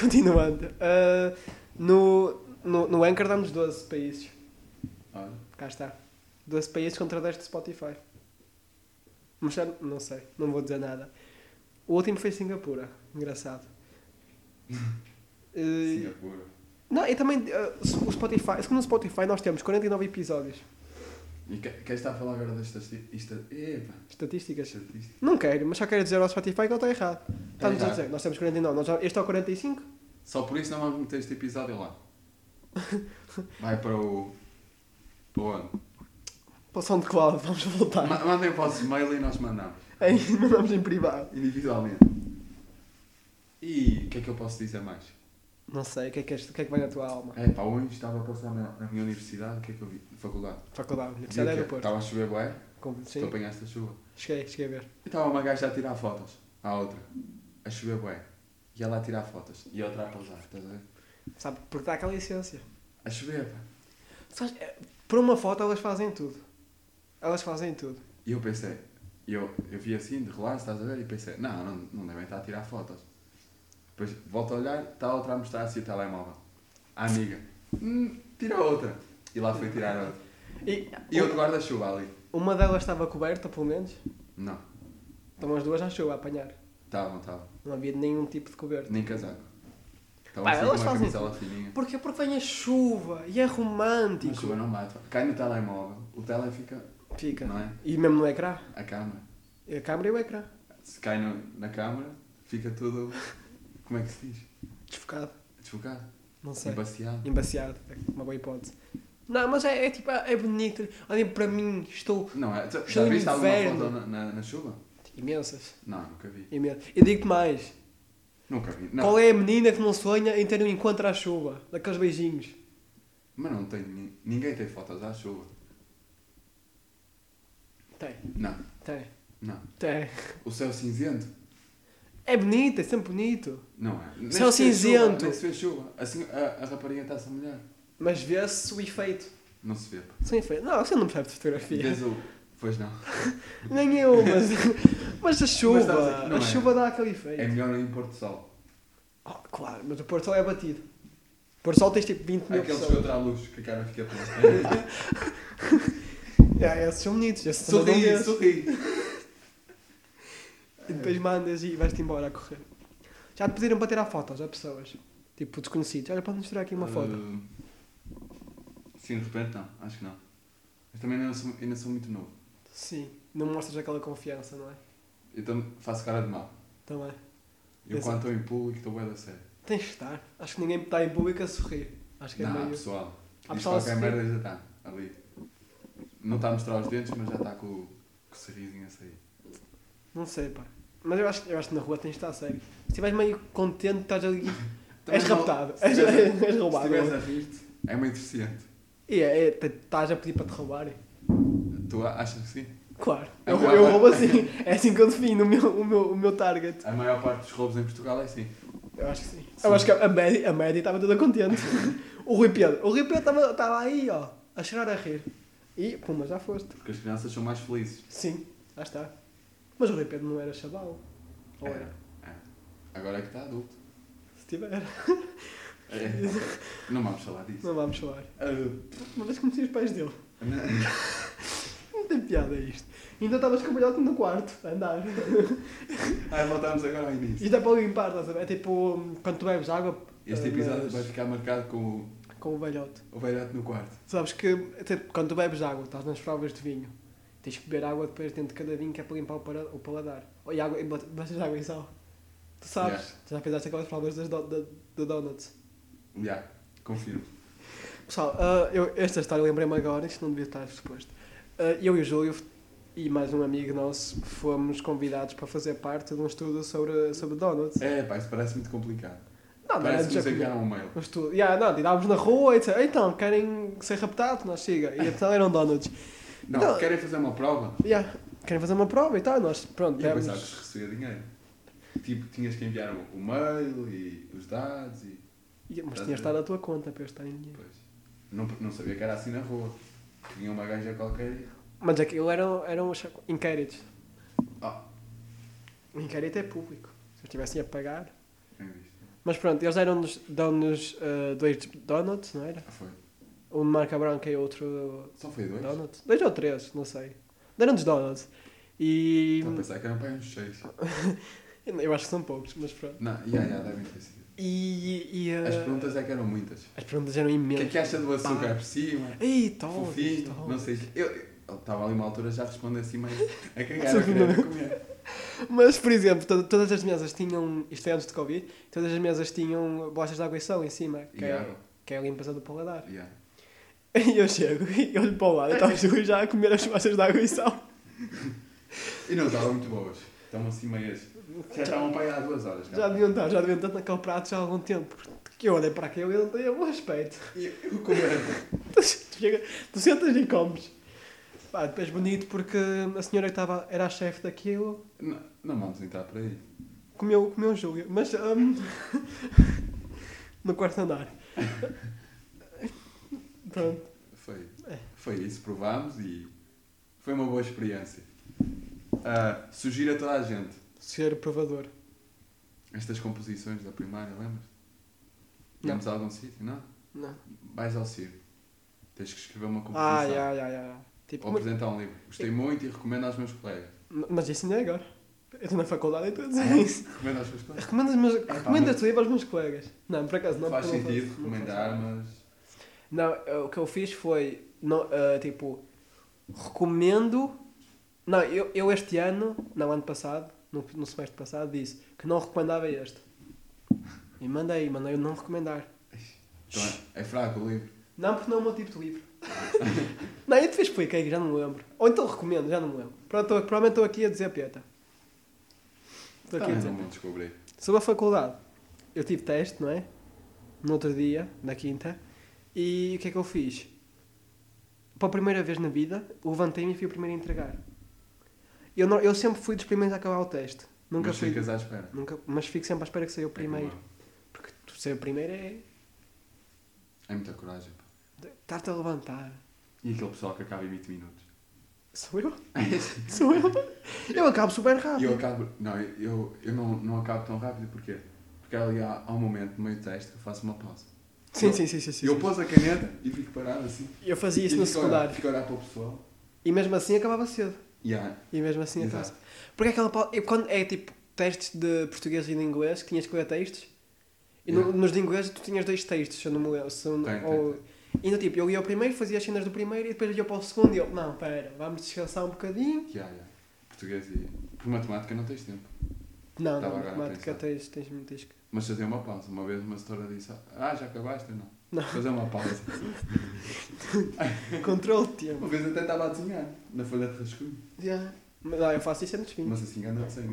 [SPEAKER 2] Continuando. Ah, no, no, no Anchor damos 12 países.
[SPEAKER 1] Olha,
[SPEAKER 2] Cá está. 12 países contra 10 de Spotify. Mas já não sei, não vou dizer nada. O último foi Singapura. Engraçado. Eh,
[SPEAKER 1] Singapura.
[SPEAKER 2] Não, e também eh, o Spotify, segundo o Spotify nós temos 49 episódios.
[SPEAKER 1] E que- quem está a falar agora das estatísticas? Isto- é, Epa,
[SPEAKER 2] Estatísticas.
[SPEAKER 1] estatística.
[SPEAKER 2] Não quero, mas só quero dizer ao Spotify que ele está errado. Estamos a
[SPEAKER 1] Tá errado.
[SPEAKER 2] dizer, nós temos 49, nós já, este é o 45?
[SPEAKER 1] Só por isso não vamos meter este episódio lá. Vai para o. Para onde?
[SPEAKER 2] Para o SoundCloud, vamos voltar.
[SPEAKER 1] Ma- Mandem o vosso e-mail e nós mandamos.
[SPEAKER 2] Aí mandamos em privado.
[SPEAKER 1] Individualmente. E o que é que eu posso dizer mais?
[SPEAKER 2] Não sei, o que é que, és, o que, é que vai na tua alma?
[SPEAKER 1] É pá, hoje estava a passar na, na minha universidade, o que é que eu vi? Na faculdade.
[SPEAKER 2] Faculdade,
[SPEAKER 1] Vi o
[SPEAKER 2] Universidade do
[SPEAKER 1] quê?
[SPEAKER 2] Aeroporto.
[SPEAKER 1] Estava a chover, bué.
[SPEAKER 2] Como,
[SPEAKER 1] Estou
[SPEAKER 2] sim,
[SPEAKER 1] a apanhar esta chuva.
[SPEAKER 2] cheguei, cheguei a ver.
[SPEAKER 1] E estava uma gaja a tirar fotos, à outra, a chover bué. E ela a tirar fotos, e a outra a pousar, estás a ver?
[SPEAKER 2] Sabe, porque dá aquela essência. eh,
[SPEAKER 1] A chover, pá.
[SPEAKER 2] Sabes, é, por uma foto elas fazem tudo. Elas fazem tudo.
[SPEAKER 1] E eu pensei, eu, eu vi assim, de relance, estás a ver? E pensei, não, não, não devem estar a tirar fotos. Depois volto a olhar, está outra a mostrar assim o telemóvel. A amiga, "Hum, tira outra. E lá foi tirar outra.
[SPEAKER 2] E,
[SPEAKER 1] E outro guarda-chuva ali.
[SPEAKER 2] Uma delas estava coberta, pelo menos.
[SPEAKER 1] Não,
[SPEAKER 2] Estavam as duas à chuva a apanhar.
[SPEAKER 1] estavam, estavam.
[SPEAKER 2] Não havia nenhum tipo de coberta.
[SPEAKER 1] Nem casaco. Estavam
[SPEAKER 2] Pá,
[SPEAKER 1] assim com
[SPEAKER 2] elas
[SPEAKER 1] uma
[SPEAKER 2] fazem
[SPEAKER 1] camisola fininha.
[SPEAKER 2] Porquê? Porque vem a chuva e é
[SPEAKER 1] Mas
[SPEAKER 2] romântico.
[SPEAKER 1] chuva não bate. Cai no telemóvel, o tele fica,
[SPEAKER 2] Fica.
[SPEAKER 1] não é?
[SPEAKER 2] E mesmo no ecrã.
[SPEAKER 1] A câmara.
[SPEAKER 2] A câmera e o ecrã.
[SPEAKER 1] Se cai no- na câmara, fica tudo, como é que se diz?
[SPEAKER 2] Desfocado.
[SPEAKER 1] Desfocado, Tipo
[SPEAKER 2] Não sei.
[SPEAKER 1] embaciado.
[SPEAKER 2] Embaciado. É uma boa hipótese. Não, mas é, é tipo, é bonito. Olhem para mim, estou
[SPEAKER 1] Não é? Já, já
[SPEAKER 2] Cheio de
[SPEAKER 1] viste alguma
[SPEAKER 2] inverno.
[SPEAKER 1] foto na, na, na chuva?
[SPEAKER 2] imensas.
[SPEAKER 1] Não, nunca vi.
[SPEAKER 2] Imensas. E digo-te mais.
[SPEAKER 1] Nunca vi. Não.
[SPEAKER 2] Qual é a menina que não sonha em ter um encontro à chuva? Daqueles beijinhos.
[SPEAKER 1] Mas não tem. nin- Ninguém tem fotos à chuva.
[SPEAKER 2] Tem,
[SPEAKER 1] Não,
[SPEAKER 2] tem,
[SPEAKER 1] não.
[SPEAKER 2] tem.
[SPEAKER 1] O céu cinzento?
[SPEAKER 2] É bonito, é sempre bonito.
[SPEAKER 1] Não é. Nem
[SPEAKER 2] Céu
[SPEAKER 1] se vê
[SPEAKER 2] cinzento.
[SPEAKER 1] chuva, Nem se vê chuva. Assim, a, a rapariga está-se a molhar.
[SPEAKER 2] Mas vê-se o efeito.
[SPEAKER 1] Não se vê. pá.
[SPEAKER 2] Sem efeito. Não, você não percebe de fotografia.
[SPEAKER 1] Vês o. Pois não.
[SPEAKER 2] Nem eu, mas, mas a
[SPEAKER 1] Mas estás a
[SPEAKER 2] chuva.
[SPEAKER 1] dizer que não é.
[SPEAKER 2] a chuva dá aquele efeito.
[SPEAKER 1] É melhor em Porto Sol.
[SPEAKER 2] Oh, claro, mas o Porto Sol é batido. O Porto Sol tens tipo 20 mil
[SPEAKER 1] Aqueles
[SPEAKER 2] pessoas.
[SPEAKER 1] contra a luz que a cara fica pela.
[SPEAKER 2] É, esses são bonitos. Esses são
[SPEAKER 1] sorri,
[SPEAKER 2] bonitos.
[SPEAKER 1] sorri.
[SPEAKER 2] E
[SPEAKER 1] É.
[SPEAKER 2] depois mandas e vais-te embora a correr. Já te pediram para tirar fotos a pessoas. Tipo, desconhecidos. Olha, pode-nos tirar aqui uma foto.
[SPEAKER 1] Hum. Ah, Sim, de repente não. Acho que não. Mas também ainda sou, ainda sou muito novo.
[SPEAKER 2] Sim. Não mostras aquela confiança, não é?
[SPEAKER 1] Então faço cara de mal.
[SPEAKER 2] Também.
[SPEAKER 1] Eu
[SPEAKER 2] Exato.
[SPEAKER 1] quando estou em público estou bem da sério.
[SPEAKER 2] Tens de estar. Acho que ninguém está em público a sorrir. Acho que é
[SPEAKER 1] não, há
[SPEAKER 2] meio.
[SPEAKER 1] pessoal.
[SPEAKER 2] Há
[SPEAKER 1] Diz
[SPEAKER 2] pessoal a
[SPEAKER 1] qualquer
[SPEAKER 2] sorrir.
[SPEAKER 1] merda e já está ali. Não está a mostrar os dentes, mas já está com, o- com o sorrisinho a sair.
[SPEAKER 2] Não sei, pá. Mas eu acho, eu acho que na rua tens de estar sério. Se estiveres meio contente, estás ali.
[SPEAKER 1] Também
[SPEAKER 2] és
[SPEAKER 1] não-
[SPEAKER 2] raptado.
[SPEAKER 1] se
[SPEAKER 2] És,
[SPEAKER 1] tiveres-
[SPEAKER 2] és
[SPEAKER 1] Se
[SPEAKER 2] roubado.
[SPEAKER 1] estiveres a rir-te, é meio deficiente.
[SPEAKER 2] E é, é, te- estás a pedir para te roubarem.
[SPEAKER 1] Tu a- achas que sim?
[SPEAKER 2] Claro.
[SPEAKER 1] É
[SPEAKER 2] Eu,
[SPEAKER 1] uma-
[SPEAKER 2] eu roubo assim. É assim que eu defino o meu, o meu, o meu target.
[SPEAKER 1] A maior parte dos roubos em Portugal é assim.
[SPEAKER 2] Eu acho que sim. Eu acho que a média, a média estava toda contente. o Rui Pedro. O Rui Pedro estava, estava aí, ó. A chorar a rir. E, puma, já foste.
[SPEAKER 1] Porque as crianças são mais felizes.
[SPEAKER 2] Sim. Lá está. Mas o Rui Pedro não era chaval. Ou
[SPEAKER 1] Era.
[SPEAKER 2] era?
[SPEAKER 1] É. Agora é que está adulto.
[SPEAKER 2] Se tiver.
[SPEAKER 1] É. Não vamos falar disso.
[SPEAKER 2] Não vamos falar.
[SPEAKER 1] Ah,
[SPEAKER 2] Uma vez conheci os pais dele.
[SPEAKER 1] não.
[SPEAKER 2] Não tem piada isto. Ainda estavas com o melhor no quarto, a andar.
[SPEAKER 1] Ai, voltamos agora ao início.
[SPEAKER 2] Isto é para limpar, estás a ver? É tipo quando tu bebes água.
[SPEAKER 1] Este
[SPEAKER 2] eh,
[SPEAKER 1] episódio
[SPEAKER 2] mas-
[SPEAKER 1] vai ficar marcado com o-
[SPEAKER 2] Com o velhote.
[SPEAKER 1] o velhote no quarto.
[SPEAKER 2] Sabes que até quando tu bebes água, estás nas provas de vinho. Tens que beber água depois dentro de cada vinho que é para limpar o, para, o paladar. Ou e água, e bot- botas água e sal. Tu sabes,
[SPEAKER 1] Yeah.
[SPEAKER 2] tu já fizeste aquelas provas das do, da, do Donuts.
[SPEAKER 1] Já, confirmo.
[SPEAKER 2] Pessoal, ah, eu, esta história lembrei-me agora, isto não devia estar suposto. Ah, eu e o Júlio e mais um amigo nosso fomos convidados para fazer parte de um estudo sobre, sobre donuts.
[SPEAKER 1] É, pá, isso parece muito complicado.
[SPEAKER 2] Não, não era
[SPEAKER 1] parece
[SPEAKER 2] de
[SPEAKER 1] que nos
[SPEAKER 2] Jacobi.
[SPEAKER 1] enviaram um mail.
[SPEAKER 2] Um estudo. Yeah, não, andávamos na rua e disseram, então, querem ser raptados? Nós chega. E afinal eram donuts.
[SPEAKER 1] Não,
[SPEAKER 2] Não.
[SPEAKER 1] querem fazer uma prova?
[SPEAKER 2] Yeah, querem fazer uma prova e tal. Nós, pronto,
[SPEAKER 1] E eu
[SPEAKER 2] demos-
[SPEAKER 1] pensava que se recebia dinheiro. Tipo, tinhas que enviar o, o mail e os dados e
[SPEAKER 2] Yeah, Mas tinha estado à tua conta para eu estar em dinheiro.
[SPEAKER 1] depois. Não, não sabia que era assim na rua. Que vinha uma gaja qualquer e.
[SPEAKER 2] Mas é aquilo eram, eram inquéritos.
[SPEAKER 1] Ah,
[SPEAKER 2] O inquérito é público. Se eu estivessem a pagar...
[SPEAKER 1] bem é visto.
[SPEAKER 2] Mas pronto, eles deram-nos dão-nos, ah, dois donuts, não era?
[SPEAKER 1] Ah, foi.
[SPEAKER 2] Um de marca branca e outro
[SPEAKER 1] Só foi dois?
[SPEAKER 2] donut. Dois ou três, não sei. Deram-nos donuts. E.
[SPEAKER 1] Estava a pensar que eram para aí uns seis.
[SPEAKER 2] Eu acho que são poucos, mas pronto.
[SPEAKER 1] Não, ia, ia, devem ter sido.
[SPEAKER 2] E. e, ah,
[SPEAKER 1] As perguntas é que eram muitas.
[SPEAKER 2] as perguntas eram
[SPEAKER 1] O que
[SPEAKER 2] imensas.
[SPEAKER 1] é que acha do açúcar
[SPEAKER 2] Pá. Oh, é
[SPEAKER 1] por cima?
[SPEAKER 2] Ei, todos,
[SPEAKER 1] Fofinho,
[SPEAKER 2] todos.
[SPEAKER 1] não sei. o quê. Eu eu estava ali uma altura já respondo assim, mas a cagar, a querer a comer.
[SPEAKER 2] Mas, por exemplo, to- todas as mesas tinham, isto foi antes de Covid, todas as mesas tinham bolachas de aguição em cima, que,
[SPEAKER 1] E água.
[SPEAKER 2] é, que é a limpeza do paladar.
[SPEAKER 1] Yeah.
[SPEAKER 2] E eu chego e olho para o lado e estava o Júlio já a comer as bolachas de aguição.
[SPEAKER 1] E não estavam muito boas. Estão assim meias. Já estavam para aí há duas horas.
[SPEAKER 2] Já
[SPEAKER 1] cara.
[SPEAKER 2] deviam estar, já deviam estar naquele prato já há algum tempo. Que eu olhei para aquele e ele tem algum respeito.
[SPEAKER 1] E eu comer.
[SPEAKER 2] Tu, chega, tu sentas e comes. Pá, depois bonito porque a senhora que estava, era a chefe daquilo,
[SPEAKER 1] Não, não vamos entrar por aí.
[SPEAKER 2] comeu, comeu o Júlio, mas hum, no quarto andar. Pronto.
[SPEAKER 1] Foi,
[SPEAKER 2] É.
[SPEAKER 1] foi isso, provámos e foi uma boa experiência. Ah, sugiro a toda a gente
[SPEAKER 2] Ser provador.
[SPEAKER 1] estas composições da primária, lembras?
[SPEAKER 2] Não.
[SPEAKER 1] Vamos a algum sítio, não?
[SPEAKER 2] Não.
[SPEAKER 1] Vais ao Ciro. Tens que escrever uma composição.
[SPEAKER 2] Ah, já, já, já. Tipo,
[SPEAKER 1] Ou
[SPEAKER 2] mas,
[SPEAKER 1] apresentar um livro. Gostei muito e recomendo aos meus colegas.
[SPEAKER 2] mas isso ainda é agora. Eu estou na faculdade e estou a dizer isso.
[SPEAKER 1] Recomendo aos meus colegas.
[SPEAKER 2] Recomendas, meus,
[SPEAKER 1] É, pá,
[SPEAKER 2] recomendas tu ir para os meus colegas? Não, por acaso não.
[SPEAKER 1] Faz
[SPEAKER 2] porque eu não
[SPEAKER 1] sentido
[SPEAKER 2] faço- não faço.
[SPEAKER 1] recomendar, mas.
[SPEAKER 2] Não, eh, o que eu fiz foi, não, eh, tipo, recomendo... Não, eu, eu este ano, não, ano passado, no, no semestre passado, disse que não recomendava este. E mandei, mandei o não recomendar.
[SPEAKER 1] Então é, é fraco o livro.
[SPEAKER 2] Não, porque não é o meu tipo de livro. não, eu te expliquei, já não me lembro. Ou então recomendo, já não me lembro. Pronto, tô- provavelmente estou aqui a dizer peta. Estou aqui a
[SPEAKER 1] Também
[SPEAKER 2] dizer
[SPEAKER 1] Ah, não
[SPEAKER 2] peta.
[SPEAKER 1] vou descobrir.
[SPEAKER 2] Sobre a faculdade, eu tive teste, não é? No outro dia, na quinta. E o que é que eu fiz? Para a primeira vez na vida, levantei-me e fui o primeiro a entregar. Eu, não- eu sempre fui dos primeiros a acabar o teste. Nunca
[SPEAKER 1] mas
[SPEAKER 2] fui.
[SPEAKER 1] ficas É à espera.
[SPEAKER 2] Nunca, mas fico sempre à espera que saia o primeiro. porque tu ser o primeiro é.
[SPEAKER 1] É, é muita coragem. pá.
[SPEAKER 2] estar-te a levantar.
[SPEAKER 1] E aquele pessoal que acaba em 20 minutos.
[SPEAKER 2] Sou eu? Sou eu? Eu acabo super
[SPEAKER 1] E
[SPEAKER 2] rápido.
[SPEAKER 1] eu acabo. Não, eu, eu não, não acabo tão rápido porquê? Porque ali há, há um momento no meio do teste que eu faço uma pausa.
[SPEAKER 2] Sim,
[SPEAKER 1] eu-
[SPEAKER 2] sim, sim, sim. sim,
[SPEAKER 1] eu
[SPEAKER 2] sim.
[SPEAKER 1] pôs a caneta e fico parado assim.
[SPEAKER 2] Eu fazia isso
[SPEAKER 1] e
[SPEAKER 2] no
[SPEAKER 1] fico a olhar-
[SPEAKER 2] secundário.
[SPEAKER 1] Fico a olhar para o pessoal.
[SPEAKER 2] E mesmo assim acabava cedo.
[SPEAKER 1] E há.
[SPEAKER 2] E mesmo assim acabava
[SPEAKER 1] Exato.
[SPEAKER 2] cedo. Porque aquela pausa. e Quando é tipo testes de português e de inglês, que tinhas que ler textos. E no-
[SPEAKER 1] Yeah.
[SPEAKER 2] nos de inglês tu tinhas dois textos, se eu não me lembro. Se eu não-
[SPEAKER 1] Tem, tem,
[SPEAKER 2] ou... E então, tipo, eu lia o primeiro, fazia as cenas do primeiro e depois ia para o segundo e eu, não, pera, vamos descansar um bocadinho.
[SPEAKER 1] E há, e há. Português e. Por matemática não tens tempo.
[SPEAKER 2] Não,
[SPEAKER 1] Tava
[SPEAKER 2] não,
[SPEAKER 1] Tá agora a
[SPEAKER 2] matemática
[SPEAKER 1] pensar.
[SPEAKER 2] tens, tens, tens, tens que-
[SPEAKER 1] Mas fazer uma pausa. Uma vez uma setora disse: Ah, já acabaste? Não.
[SPEAKER 2] Não.
[SPEAKER 1] Fazer uma pausa.
[SPEAKER 2] Controle de tempo.
[SPEAKER 1] Uma vez até estava a desenhar na folha de rascunho.
[SPEAKER 2] Já. Mas não, eu faço isso é antes de
[SPEAKER 1] Mas assim, anda sem.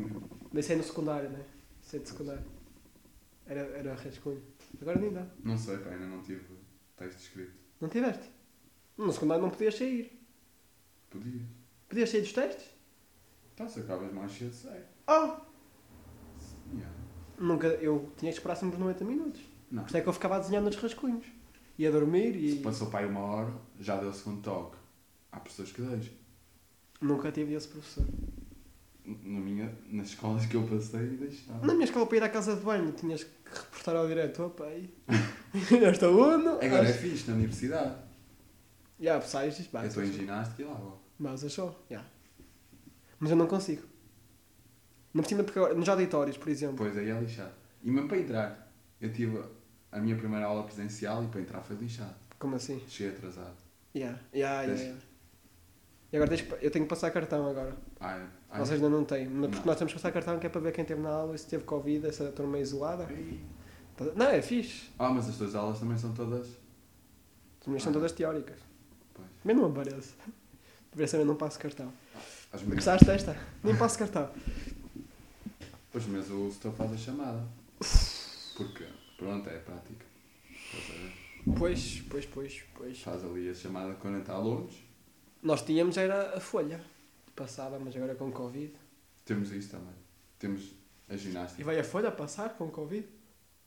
[SPEAKER 2] Mas isso é no secundário, né? Isso é de secundário. Era, era rascunho. Agora nem dá.
[SPEAKER 1] Não sei, pá, ainda não tive texto escrito.
[SPEAKER 2] Não tiveste? No secundário não podias sair.
[SPEAKER 1] Podias.
[SPEAKER 2] Podias sair dos testes?
[SPEAKER 1] Então se acabas mais cedo, sei.
[SPEAKER 2] Oh!
[SPEAKER 1] Yeah.
[SPEAKER 2] Nunca, eu tinha que esperar sempre uns 90 minutos.
[SPEAKER 1] Não.
[SPEAKER 2] Por isso é que eu ficava a desenhar nos rascunhos. Ia dormir e...
[SPEAKER 1] Passou para aí uma hora, já deu o segundo toque. Há pessoas que deixam.
[SPEAKER 2] Nunca tive esse professor.
[SPEAKER 1] Na minha, nas escolas que eu passei, deixavam.
[SPEAKER 2] Na minha escola, para ir à casa de banho, tinhas que reportar ao diretor, pai. Este aluno...
[SPEAKER 1] Agora é
[SPEAKER 2] acho-
[SPEAKER 1] fixe, na universidade.
[SPEAKER 2] Já, sais, diz,
[SPEAKER 1] eu estou em
[SPEAKER 2] "Pá, é.
[SPEAKER 1] ginástica e lá, ó.
[SPEAKER 2] Mas eu só, já. Mas eu não consigo. Não precisa porque agora- nos auditórios, por exemplo.
[SPEAKER 1] Depois aí é lixado. E mesmo para entrar, eu tive a minha primeira aula presencial e para entrar foi lixado.
[SPEAKER 2] Como assim?
[SPEAKER 1] Cheguei atrasado.
[SPEAKER 2] Yeah, yeah, yeah,
[SPEAKER 1] Tens-
[SPEAKER 2] yeah. E agora tens, eu tenho que passar cartão agora.
[SPEAKER 1] Ai, ai.
[SPEAKER 2] Vocês ainda Ah, é? não têm. mas Porque
[SPEAKER 1] Não.
[SPEAKER 2] nós temos que passar cartão que é para ver quem teve na aula e se teve Covid, essa turma é isolada.
[SPEAKER 1] Ai.
[SPEAKER 2] Tá- Não, é fixe.
[SPEAKER 1] Ah, mas as tuas aulas também são todas.
[SPEAKER 2] As minhas são
[SPEAKER 1] Ah.
[SPEAKER 2] todas teóricas.
[SPEAKER 1] Pois.
[SPEAKER 2] Mas não aparece. Por isso eu não passo cartão.
[SPEAKER 1] As minhas.
[SPEAKER 2] Gostaste desta? Nem passo cartão.
[SPEAKER 1] Pois, mas o setor faz a chamada. Porque, pronto, é prática. Estás a ver?
[SPEAKER 2] Pois, pois, pois, pois.
[SPEAKER 1] Faz ali a chamada com 40 alunos.
[SPEAKER 2] Nós tínhamos era a folha. Passava, mas agora com Covid.
[SPEAKER 1] Temos isso também. Temos a
[SPEAKER 2] E
[SPEAKER 1] ginástica.
[SPEAKER 2] vai a folha passar com Covid?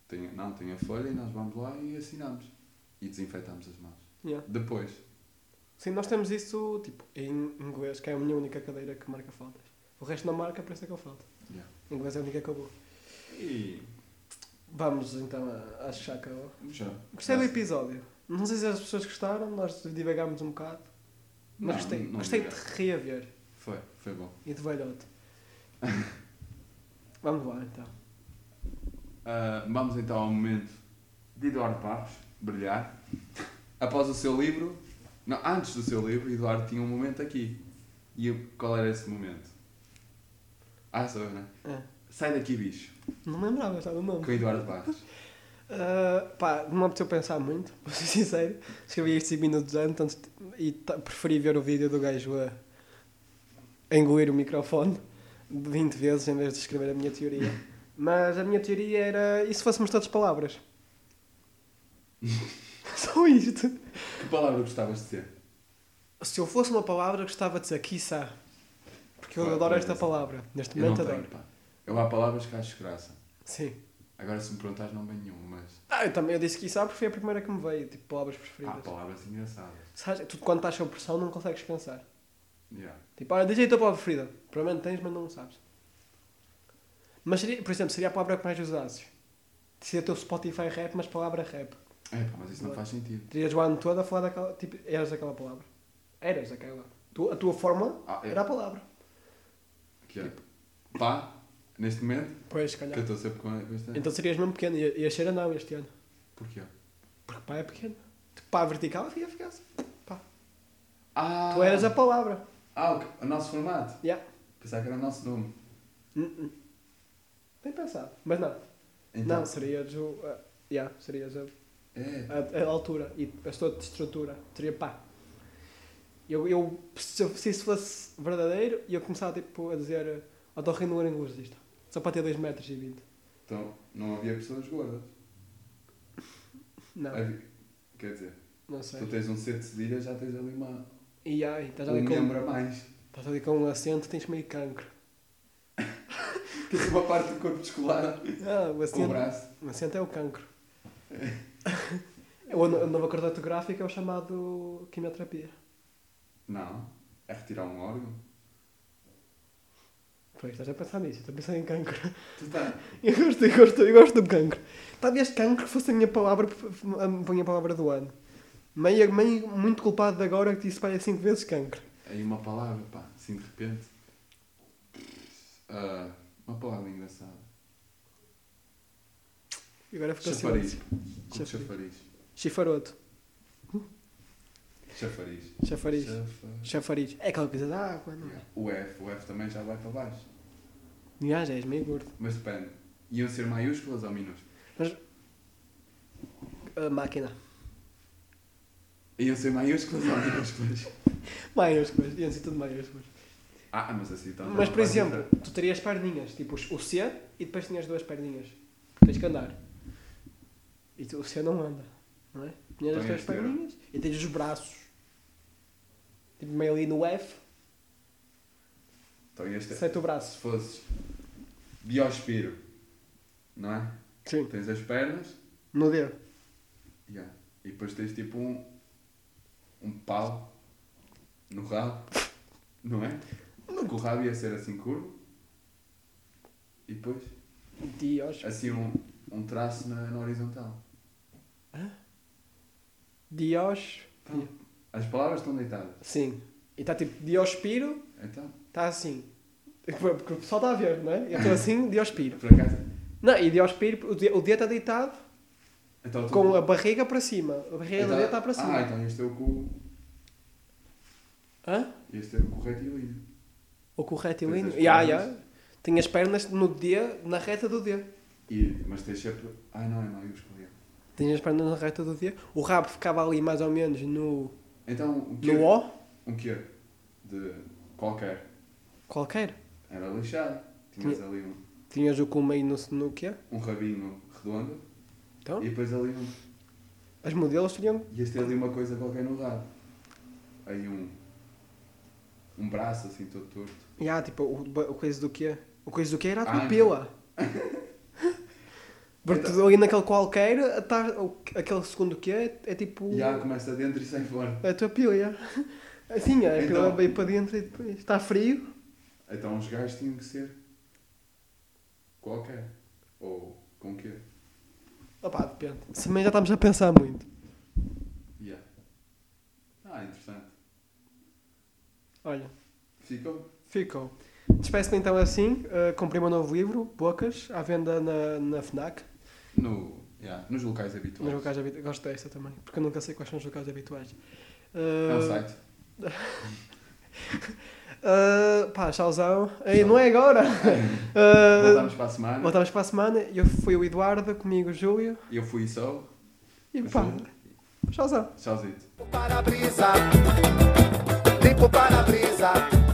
[SPEAKER 1] Tem, não, tem a folha e nós vamos lá e assinamos. E desinfetamos as mãos.
[SPEAKER 2] Yeah.
[SPEAKER 1] Depois,
[SPEAKER 2] Sim, nós temos isso tipo em inglês, que é a minha única cadeira que marca faltas. O resto não marca, por isso é que eu falto.
[SPEAKER 1] Yeah.
[SPEAKER 2] Em inglês é a única que eu vou.
[SPEAKER 1] E.
[SPEAKER 2] Vamos então a, a chaca.
[SPEAKER 1] Já. Tá.
[SPEAKER 2] Gostei do episódio. Não sei se as pessoas gostaram, nós divagámos um bocado. Mas
[SPEAKER 1] Não,
[SPEAKER 2] gostei,
[SPEAKER 1] não
[SPEAKER 2] gostei de
[SPEAKER 1] diga.
[SPEAKER 2] te reaver
[SPEAKER 1] Foi, foi bom.
[SPEAKER 2] e de velhote. Vamos lá então.
[SPEAKER 1] Ah, vamos então ao momento de Eduardo Barros brilhar. Após o seu livro, não, antes do seu livro, Eduardo tinha um momento aqui. E o- qual era esse momento? Ah, sou eu, né?
[SPEAKER 2] É.
[SPEAKER 1] Sai daqui, bicho,
[SPEAKER 2] Não me lembrava já do nome.
[SPEAKER 1] com Eduardo Barros.
[SPEAKER 2] Ah, pá, não me apeteceu pensar muito, vou ser sincero. Escrevi isto 5 minutos antes tanto- e ta- preferi ver o vídeo do gajo a a engolir o microfone 20 vezes em vez de escrever a minha teoria. Mas a minha teoria era e se fôssemos todas palavras? Só isto.
[SPEAKER 1] Que palavra gostavas de ser?
[SPEAKER 2] Se eu fosse uma palavra, gostava de dizer quiçá. Porque eu
[SPEAKER 1] Claro,
[SPEAKER 2] adoro esta
[SPEAKER 1] claro.
[SPEAKER 2] palavra. Neste
[SPEAKER 1] é Eu não
[SPEAKER 2] momento
[SPEAKER 1] tenho,
[SPEAKER 2] adoro.
[SPEAKER 1] pá. Eu há palavras que acho graça.
[SPEAKER 2] Sim.
[SPEAKER 1] Agora, se me perguntares, não vem nenhuma, mas
[SPEAKER 2] Ah, eu também eu disse quiçá porque foi a primeira que me veio, tipo palavras
[SPEAKER 1] há
[SPEAKER 2] preferidas.
[SPEAKER 1] palavras engraçadas.
[SPEAKER 2] Sabes, tu quando estás sob pressão não consegues pensar.
[SPEAKER 1] Yeah.
[SPEAKER 2] Tipo, olha, diz aí a tua palavra preferida. Provavelmente tens, mas não sabes. Mas seria, por exemplo, seria a palavra que mais usasses. Seria o teu Spotify rap, mas palavra rap.
[SPEAKER 1] É, pá, mas isso não faz sentido.
[SPEAKER 2] Terias o ano todo a falar daquela. Tipo, eras aquela palavra. Eras aquela. Tu- a tua fórmula
[SPEAKER 1] Ah, é.
[SPEAKER 2] era a palavra.
[SPEAKER 1] Que é, pá, neste momento,
[SPEAKER 2] Pois, se
[SPEAKER 1] que eu
[SPEAKER 2] calhar.
[SPEAKER 1] estou sempre com com esta.
[SPEAKER 2] Então serias mesmo pequeno. Ia, ia ser anão este ano.
[SPEAKER 1] Porquê?
[SPEAKER 2] Porque pá é pequeno. Tipo, Pá vertical ia ficar assim. Pá.
[SPEAKER 1] Ah,
[SPEAKER 2] Tu eras a palavra.
[SPEAKER 1] ah, o que- o nosso formato.
[SPEAKER 2] Yeah.
[SPEAKER 1] Pensava que era o nosso nome.
[SPEAKER 2] Hum, hum. Nem pensado. Mas não.
[SPEAKER 1] Então,
[SPEAKER 2] Não, serias o. ah, yeah, serias a
[SPEAKER 1] É,
[SPEAKER 2] a, a altura e depois toda a estrutura. Seria pá. Eu, eu, se, eu- se isso fosse verdadeiro, eu começava tipo, a dizer autorrino laringologista. um Só para ter 2 metros e 20.
[SPEAKER 1] então não havia pessoas gordas.
[SPEAKER 2] Não,
[SPEAKER 1] Havia- Quer dizer,
[SPEAKER 2] não
[SPEAKER 1] se
[SPEAKER 2] sei.
[SPEAKER 1] tu tens um C de cedilha, já tens ali uma.
[SPEAKER 2] E aí, estás
[SPEAKER 1] um
[SPEAKER 2] ali, com,
[SPEAKER 1] membro a mais.
[SPEAKER 2] estás ali com um acento, tens meio cancro.
[SPEAKER 1] Tens uma parte do corpo descolada
[SPEAKER 2] Ah, o
[SPEAKER 1] com o
[SPEAKER 2] acento,
[SPEAKER 1] braço.
[SPEAKER 2] o acento é o cancro. o no- a nova corda ortográfica é o chamado quimioterapia.
[SPEAKER 1] Não, é retirar um órgão.
[SPEAKER 2] Pois, estás a pensar nisso, estou a pensar em cancro.
[SPEAKER 1] Tu tá.
[SPEAKER 2] Eu gosto, eu gosto, eu gosto do cancro. Talvez cancro fosse a minha palavra, a minha palavra do ano. Meio, meio muito culpado de agora que disse para aí cinco vezes cancro.
[SPEAKER 1] Aí uma palavra, pá, assim de repente. Ah, uma palavra engraçada.
[SPEAKER 2] E agora ficou
[SPEAKER 1] Chafariz.
[SPEAKER 2] assim.
[SPEAKER 1] Como chafariz.
[SPEAKER 2] Chifaroto.
[SPEAKER 1] Chafariz.
[SPEAKER 2] Chafariz.
[SPEAKER 1] Chafariz.
[SPEAKER 2] Chafariz. É aquela coisa da água, não é?
[SPEAKER 1] Yeah. O F, o F também já vai para baixo.
[SPEAKER 2] Yeah. já és meio gordo.
[SPEAKER 1] Mas depende, iam ser maiúsculas ou minúsculas?
[SPEAKER 2] A máquina.
[SPEAKER 1] Iam ser maiúsculas ou minúsculas?
[SPEAKER 2] Maiúsculas, iam ser tudo maiúsculas.
[SPEAKER 1] Ah, mas assim então.
[SPEAKER 2] Mas, por exemplo, tu terias perninhas, tipo o C e depois tinhas duas perninhas. Tens que andar. E tu- o C não anda, não é? Tinhas as
[SPEAKER 1] Então,
[SPEAKER 2] tuas
[SPEAKER 1] este era.
[SPEAKER 2] perninhas e tens os braços. Tipo meio ali no F,
[SPEAKER 1] Então este
[SPEAKER 2] sete o
[SPEAKER 1] Se
[SPEAKER 2] braço.
[SPEAKER 1] fosses biospiro, não é?
[SPEAKER 2] Sim.
[SPEAKER 1] Tens as pernas
[SPEAKER 2] No dedo.
[SPEAKER 1] yeah. e depois tens tipo um, um pau no rabo, não é? Porque o rabo ia ser assim curvo e depois
[SPEAKER 2] Dios.
[SPEAKER 1] assim um, um traço na, na horizontal.
[SPEAKER 2] Dios.
[SPEAKER 1] Então, as palavras estão deitadas.
[SPEAKER 2] Sim. E está tipo Diospiro,
[SPEAKER 1] Então,
[SPEAKER 2] está assim. Porque o pessoal está a ver, não é? Eu estou assim, Diospiro.
[SPEAKER 1] por acaso.
[SPEAKER 2] Não, e Diospiro, o dedo está deitado
[SPEAKER 1] Então, tu-
[SPEAKER 2] com a barriga para cima. A barriga do dedo está para
[SPEAKER 1] Ah,
[SPEAKER 2] cima.
[SPEAKER 1] então este é o cu.
[SPEAKER 2] Hã?
[SPEAKER 1] Este é o correto e o ilho.
[SPEAKER 2] Ou com o retilíneo.
[SPEAKER 1] Tens as
[SPEAKER 2] Ya,
[SPEAKER 1] pernas.
[SPEAKER 2] ya. Tem as pernas no D, na reta do D.
[SPEAKER 1] E- Mas tens sempre. Ah, não, é maiúsculo. é.
[SPEAKER 2] Tinha as pernas na reta do D. O rabo ficava ali mais ou menos no,
[SPEAKER 1] Então, o quê?
[SPEAKER 2] no O.
[SPEAKER 1] Um quê? De qualquer.
[SPEAKER 2] Qualquer.
[SPEAKER 1] Era lixado. Tinhas ali um,
[SPEAKER 2] Tinhas o cu meio no, no quê?
[SPEAKER 1] um rabinho redondo
[SPEAKER 2] Então,
[SPEAKER 1] e depois ali um.
[SPEAKER 2] as modelos tinham...
[SPEAKER 1] Ias ter ali uma coisa qualquer no rabo. Aí um. Um braço assim todo torto.
[SPEAKER 2] Ya, tipo, o, ba- o coisa do quê? O coisa do quê era a
[SPEAKER 1] Ah,
[SPEAKER 2] pupila. Porque
[SPEAKER 1] Então-
[SPEAKER 2] ali naquele qualquer, tá, o- aquele segundo quê é, é tipo...
[SPEAKER 1] E há começa dentro e sai fora.
[SPEAKER 2] A tua pila, ya. Assim, é, a pila
[SPEAKER 1] Então-
[SPEAKER 2] veio para dentro e depois está frio.
[SPEAKER 1] Então os gajos tinham que ser. Qualquer. Ou com quê?
[SPEAKER 2] Opá, depende. Se bem já estamos a pensar muito.
[SPEAKER 1] Yeah. Ah, interessante.
[SPEAKER 2] Olha,
[SPEAKER 1] Ficou?
[SPEAKER 2] ficou. Despeço-me então assim. Uh, comprei um novo livro, Bocas, à venda na, na FNAC.
[SPEAKER 1] No, yeah, nos locais habituais.
[SPEAKER 2] Nos locais habitu- Gosto desta também, porque eu nunca sei quais são os locais habituais.
[SPEAKER 1] É um
[SPEAKER 2] Uh,
[SPEAKER 1] site.
[SPEAKER 2] uh, pá, tchauzão. Ei, não é agora! Uh,
[SPEAKER 1] Voltamos para a semana.
[SPEAKER 2] voltamos para a semana. Eu fui o Eduardo, comigo o Júlio.
[SPEAKER 1] Eu fui só.
[SPEAKER 2] E pá,
[SPEAKER 1] Ajuda.
[SPEAKER 2] tchauzão.
[SPEAKER 1] Tchauzito.
[SPEAKER 3] para-brisa, limpo para-brisa.